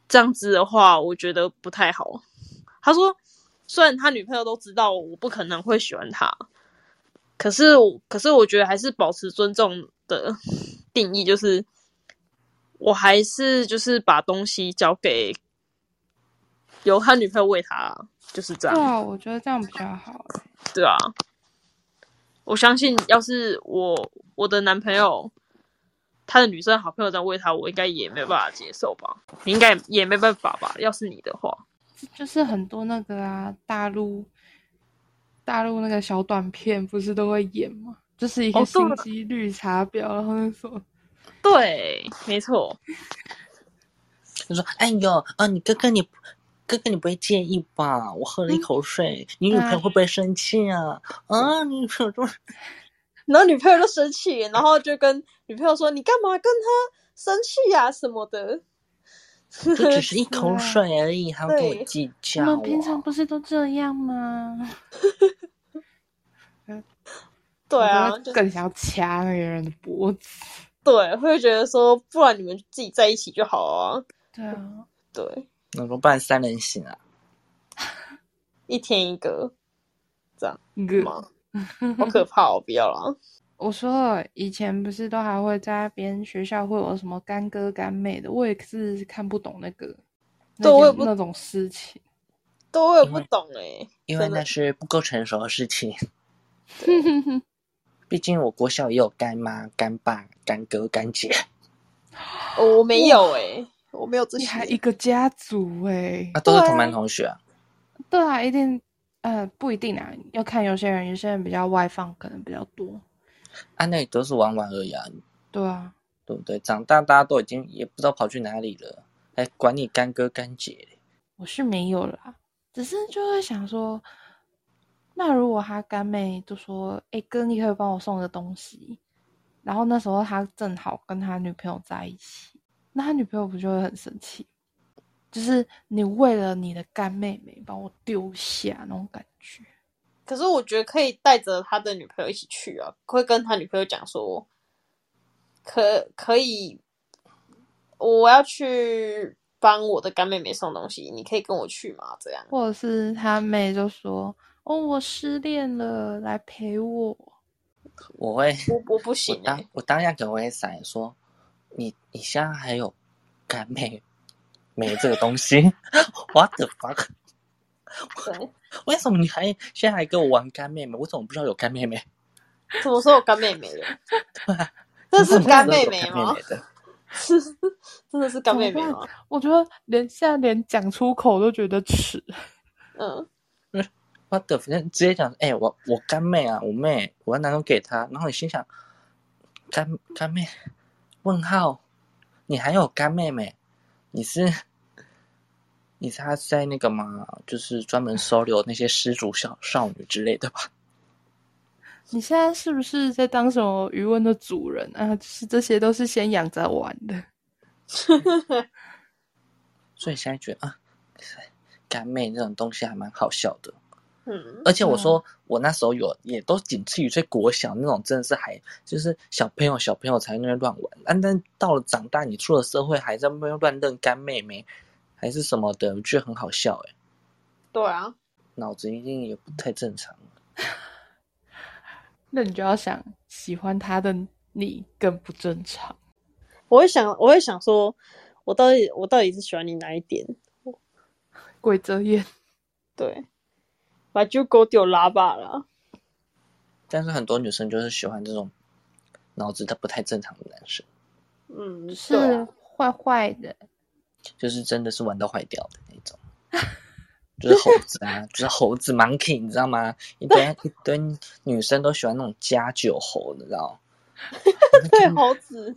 [SPEAKER 2] 这样子的话，我觉得不太好。”他说：“虽然他女朋友都知道我不可能会喜欢他，可是我，可是我觉得还是保持尊重的定义，就是我还是就是把东西交给由他女朋友喂他，就是这
[SPEAKER 3] 对
[SPEAKER 2] 样，
[SPEAKER 3] 啊，我觉得这样比较好。
[SPEAKER 2] 对啊。我相信，要是我我的男朋友他的女生好朋友在喂他，我应该也没办法接受吧？你应该也没办法吧？要是你的话，
[SPEAKER 3] 就是很多那个啊，大陆大陆那个小短片不是都会演吗？就是一个
[SPEAKER 2] 哦对
[SPEAKER 3] 心机绿茶婊，然后那什么，
[SPEAKER 2] 对，没错。
[SPEAKER 1] 他说：“哎呦，啊，你哥哥你哥哥你不会介意吧？我喝了一口水，你女朋友会不会生气啊？啊，你女朋友这么……
[SPEAKER 2] 然后女朋友就生气，然后就跟女朋友说：“你干嘛跟他生气呀、什么的。
[SPEAKER 1] 就只是一口水而已，还要跟我
[SPEAKER 2] 对
[SPEAKER 1] 计
[SPEAKER 3] 我
[SPEAKER 1] 较、
[SPEAKER 3] 们平常
[SPEAKER 1] 啊？
[SPEAKER 3] 不是都这样吗？”
[SPEAKER 2] 对啊
[SPEAKER 3] 我，都
[SPEAKER 2] 就
[SPEAKER 3] 会更想要掐那个人的脖子。
[SPEAKER 2] 对，会觉得说，不然你们自己在一起就好啊。
[SPEAKER 3] 对啊，
[SPEAKER 2] 对，
[SPEAKER 1] 那怎么办？三人行啊？
[SPEAKER 2] 一天一个，
[SPEAKER 3] 一个
[SPEAKER 2] 吗？好可怕哦！不要啦。
[SPEAKER 3] 我说了以前不是都还会在那边学校会有什么干哥干妹的，我也是看不懂那个，
[SPEAKER 2] 对我也不
[SPEAKER 3] 那种事情。
[SPEAKER 2] 对，我也不懂哎、
[SPEAKER 1] 因为
[SPEAKER 2] 真的
[SPEAKER 1] 那是不够成熟的事情。毕竟我国小也有干妈、干爸、干哥、干姐，
[SPEAKER 2] 我没有哎、我没有这
[SPEAKER 3] 你
[SPEAKER 2] 些
[SPEAKER 3] 还。一个家族哎、
[SPEAKER 1] 啊，都是
[SPEAKER 2] 对啊
[SPEAKER 1] 同班同学、啊。
[SPEAKER 3] 对啊，一定，呃，不一定啊，要看有些人，有些人比较外放，可能比较多。
[SPEAKER 1] 啊，那也都是玩玩而已啊，
[SPEAKER 3] 对啊，
[SPEAKER 1] 对不对？长大大家都已经也不知道跑去哪里了，还管你干哥干姐？
[SPEAKER 3] 我是没有啦，只是就会想说，那如果他干妹就说：“哎、哥，你可以帮我送个东西。”然后那时候他正好跟他女朋友在一起，那他女朋友不就会很生气？就是你为了你的干妹妹把我丢下那种感觉。
[SPEAKER 2] 可是我觉得可以带着他的女朋友一起去啊，会跟他女朋友讲说，可可以，我要去帮我的干妹妹送东西，你可以跟我去吗？这样
[SPEAKER 3] 或者是他妹就说：“哦，我失恋了，来陪我。
[SPEAKER 1] 我会，
[SPEAKER 2] 我我不
[SPEAKER 1] 我
[SPEAKER 2] 行哎、
[SPEAKER 1] 当我当下可能会闪说，你你现在还有干妹没这个东西 ？What the fuck？
[SPEAKER 2] 对，
[SPEAKER 1] 为什么你还现在还跟我玩干妹妹？我怎么不知道有干妹妹？
[SPEAKER 2] 什么时候有干妹妹了？这
[SPEAKER 1] 你
[SPEAKER 2] 是
[SPEAKER 1] 怎么知道
[SPEAKER 2] 干
[SPEAKER 1] 有
[SPEAKER 2] 妹妹
[SPEAKER 1] 干
[SPEAKER 2] 吗
[SPEAKER 1] 妹？妹的？
[SPEAKER 2] 是真的是干妹妹
[SPEAKER 3] 怎么
[SPEAKER 2] 吗？
[SPEAKER 3] 我觉得连现在连讲出口都觉得耻。
[SPEAKER 2] 嗯，
[SPEAKER 1] 我的反正直接讲，哎、我我干妹啊，我妹，我要拿东西给她，然后你心想，干干妹？问号，你还有干妹妹？你是你是她在那个吗？就是专门收留那些失主少少女之类的吧？
[SPEAKER 3] 你现在是不是在当什么余温的主人啊？就是这些都是先养着玩的。
[SPEAKER 1] 所以现在觉得啊，干妹这种东西还蛮好笑的。
[SPEAKER 2] 嗯，
[SPEAKER 1] 而且我说，我那时候有也都仅次于在国小那种，真的是还就是小朋友小朋友才在那边乱玩，啊，但到了长大，你出了社会还在那边乱认干妹妹，还是什么的，我觉得很好笑哎、
[SPEAKER 2] 对啊，
[SPEAKER 1] 脑子一定也不太正常。
[SPEAKER 3] 那你就要想，喜欢他的你更不正常。
[SPEAKER 2] 我会想，我会想说，我到底我到底是喜欢你哪一点？
[SPEAKER 3] 鬼遮眼，
[SPEAKER 2] 对，把就狗丢拉吧了。
[SPEAKER 1] 但是很多女生就是喜欢这种脑子他不太正常的男生，
[SPEAKER 2] 嗯，对
[SPEAKER 3] 是
[SPEAKER 2] 啊
[SPEAKER 3] 坏坏的。
[SPEAKER 1] 就是真的是玩到坏掉的那种。就是猴子啊，就是猴子 monkey，你知道吗？一堆一堆女生都喜欢那种加九猴，你知道？嗯
[SPEAKER 2] 对猴子，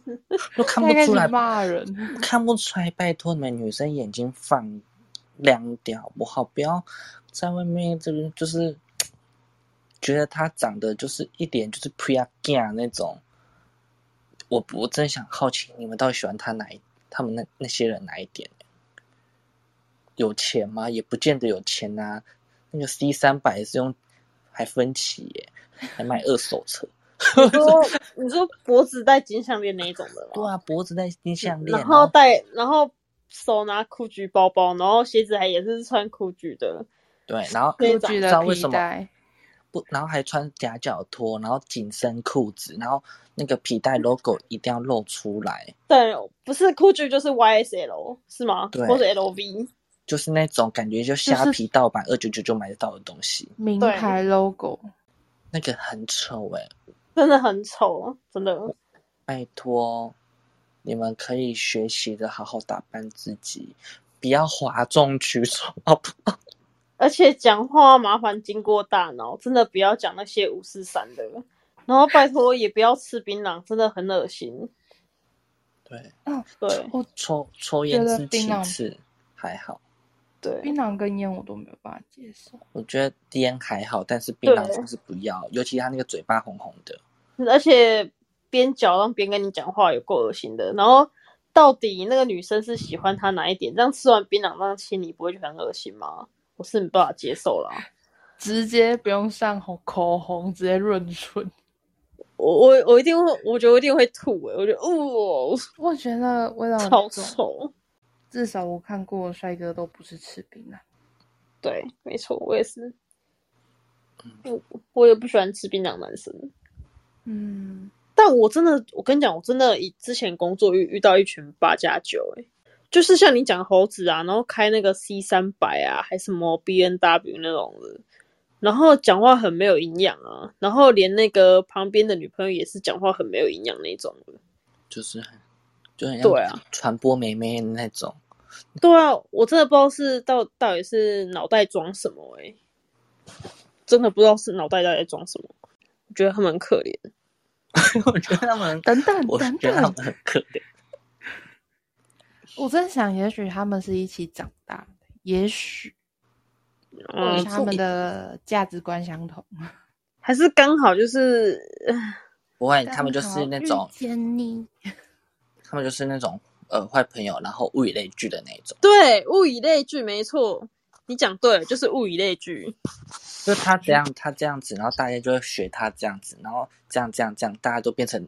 [SPEAKER 1] 都看不
[SPEAKER 3] 大概
[SPEAKER 1] 出
[SPEAKER 3] 是
[SPEAKER 1] 来
[SPEAKER 3] 骂人，
[SPEAKER 1] 看不出来，拜托你们女生眼睛放亮一点好不好？不要在外面这边就是觉得她长得就是一点就是 p r e a g a 那种，我不真想好奇你们到底喜欢他哪一，他们那那些人哪一点？有钱吗？也不见得有钱啊。那个 C 三百是用还分期耶，还卖二手车。
[SPEAKER 2] 你说你说脖子戴金项链那一种的吗？
[SPEAKER 1] 对啊，脖子戴金项链，啊
[SPEAKER 2] 然后戴，然后手拿酷菊包包，然后鞋子还也是穿酷菊的，
[SPEAKER 1] 对，然后
[SPEAKER 2] 对
[SPEAKER 3] 布
[SPEAKER 2] 不
[SPEAKER 3] 局
[SPEAKER 2] 知
[SPEAKER 1] 道
[SPEAKER 3] 的
[SPEAKER 1] 为
[SPEAKER 3] 皮
[SPEAKER 1] 什么
[SPEAKER 3] 带，
[SPEAKER 1] 不，然后还穿夹脚拖，然后紧身裤子，然后那个皮带 logo 一定要露出来，
[SPEAKER 2] 对，不是酷菊就是 YSL 是吗？
[SPEAKER 1] 对
[SPEAKER 2] 或者 LV，
[SPEAKER 1] 就是那种感觉就虾
[SPEAKER 3] 是
[SPEAKER 1] 皮盗版二九九就买得到的东西，
[SPEAKER 3] 名
[SPEAKER 2] 对
[SPEAKER 3] 牌 logo，
[SPEAKER 1] 那个很丑哎、
[SPEAKER 2] 真的很丑，真的。
[SPEAKER 1] 拜托，你们可以学习的好好打扮自己，不要哗众取宠哦不
[SPEAKER 2] 而且讲话麻烦经过大脑，真的不要讲那些五四三的。然后拜托也不要吃槟榔，真的很恶心。
[SPEAKER 1] 对，
[SPEAKER 2] 对
[SPEAKER 3] 我
[SPEAKER 1] 抽抽烟
[SPEAKER 3] 觉得
[SPEAKER 1] 是
[SPEAKER 3] 槟
[SPEAKER 1] 其
[SPEAKER 3] 榔
[SPEAKER 1] 次，还好。
[SPEAKER 2] 对
[SPEAKER 3] 槟榔跟烟我都没有办法接受。
[SPEAKER 1] 我觉得烟还好，但是槟榔
[SPEAKER 2] 对
[SPEAKER 1] 真的是不要，尤其他那个嘴巴红红的。
[SPEAKER 2] 而且边嚼让边跟你讲话有够恶心的。然后到底那个女生是喜欢他哪一点？这样吃完槟榔，这样亲你不会觉得很恶心吗？我是没办法接受啦。
[SPEAKER 3] 直接不用上红口红，直接润唇。
[SPEAKER 2] 我我我一定会，我觉得我一定会吐诶、我觉得哦，
[SPEAKER 3] 我觉得味道很
[SPEAKER 2] 超
[SPEAKER 3] 重，
[SPEAKER 2] 臭。
[SPEAKER 3] 至少我看过的帅哥都不是吃槟榔。
[SPEAKER 2] 对，没错，我也是。我我也不喜欢吃槟榔男生。
[SPEAKER 3] 嗯，
[SPEAKER 2] 但我真的，我跟你讲，我真的以之前工作遇遇到一群八加九，哎，就是像你讲猴子啊，然后开那个 C 三百啊，还什么 B N W 那种的，然后讲话很没有营养啊，然后连那个旁边的女朋友也是讲话很没有营养那种的。
[SPEAKER 1] 就是很就很
[SPEAKER 2] 对啊
[SPEAKER 1] 像传播妹妹的那种。
[SPEAKER 2] 对啊，我真的不知道是到到底是脑袋装什么、欸，真的不知道是脑袋到底在装什么，我觉得他们很可怜。
[SPEAKER 1] 我觉得他们，
[SPEAKER 3] 等等
[SPEAKER 1] 我
[SPEAKER 3] 等
[SPEAKER 1] 觉得他
[SPEAKER 3] 等
[SPEAKER 1] 们，很可怜。
[SPEAKER 3] 我在想，也许他们是一起长大的，也许或
[SPEAKER 2] 嗯
[SPEAKER 3] 许，他们的价值观相同。
[SPEAKER 2] 还是刚好就是。
[SPEAKER 1] 不会，他们就是
[SPEAKER 3] 嗯
[SPEAKER 1] 那种，
[SPEAKER 3] 见你，
[SPEAKER 1] 他们就是那种呃坏朋友，然后物以类聚的那一种。
[SPEAKER 2] 对，物以类聚，没错，你讲对了，就是物以类聚。
[SPEAKER 1] 就他这样，呃他这样子，然后大家就会学他这样子，然后这样这样这样，大家都变成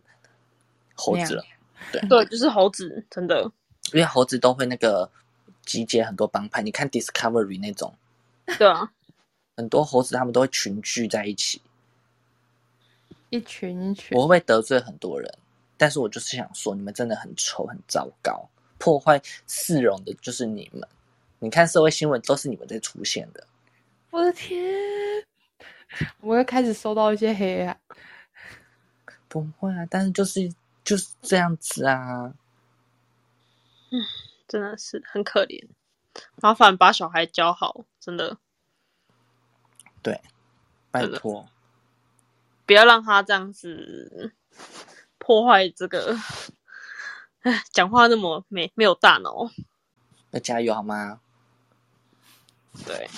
[SPEAKER 1] 猴子了。
[SPEAKER 2] 对，就是猴子，真的。
[SPEAKER 1] 因为猴子都会那个集结很多帮派，你看 Discovery 那种，
[SPEAKER 2] 对啊，
[SPEAKER 1] 很多猴子他们都会群聚在一起。
[SPEAKER 3] 一群一群
[SPEAKER 1] 我会不会得罪很多人？但是我就是想说，你们真的很丑，很糟糕，破坏市容的就是你们。你看社会新闻都是你们在出现的，
[SPEAKER 3] 我的天！我又开始收到一些黑啊，
[SPEAKER 1] 不会啊，但是就是就是这样子啊。
[SPEAKER 2] 真的是很可怜。麻烦把小孩教好，真的，
[SPEAKER 1] 拜托，
[SPEAKER 2] 不要让他这样子破坏这个。唉，讲话那么没没有大脑。
[SPEAKER 1] 要加油好吗？
[SPEAKER 2] 对，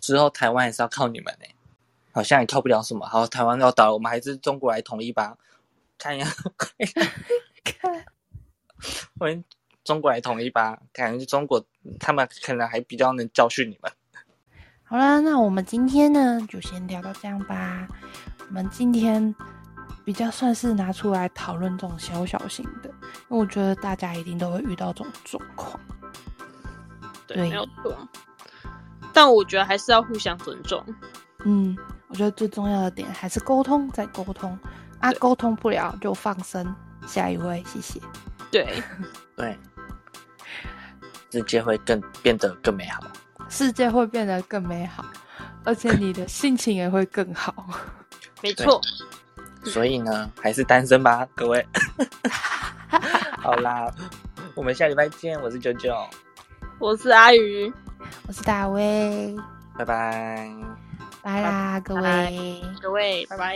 [SPEAKER 1] 之后台湾也是要靠你们呢、好像也靠不了什么。好，台湾要倒了，我们还是中国来统一吧。看一下，
[SPEAKER 3] 看
[SPEAKER 1] 我们中国来统一吧。感觉中国他们可能还比较能教训你们。
[SPEAKER 3] 好啦，那我们今天呢就先聊到这样吧。我们今天比较算是拿出来讨论这种小小型的，因为我觉得大家一定都会遇到这种状况。
[SPEAKER 2] 对，
[SPEAKER 3] 对
[SPEAKER 2] 没有错。但我觉得还是要互相尊重。
[SPEAKER 3] 嗯，我觉得最重要的点还是沟通，再沟通啊，
[SPEAKER 2] 对
[SPEAKER 3] 沟通不了就放生，下一位，谢谢。
[SPEAKER 2] 对，
[SPEAKER 1] 对，世界会更变得更美好。
[SPEAKER 3] 世界会变得更美好，而且你的心情也会更好。
[SPEAKER 2] 没错。
[SPEAKER 1] 所以呢，还是单身吧，各位。好啦，我们下礼拜见。我是九九，
[SPEAKER 2] 我是阿鱼，
[SPEAKER 3] 我是大卫，
[SPEAKER 1] 拜拜。
[SPEAKER 3] 拜啦，各
[SPEAKER 2] 拜
[SPEAKER 3] 位。
[SPEAKER 2] 各位，拜拜。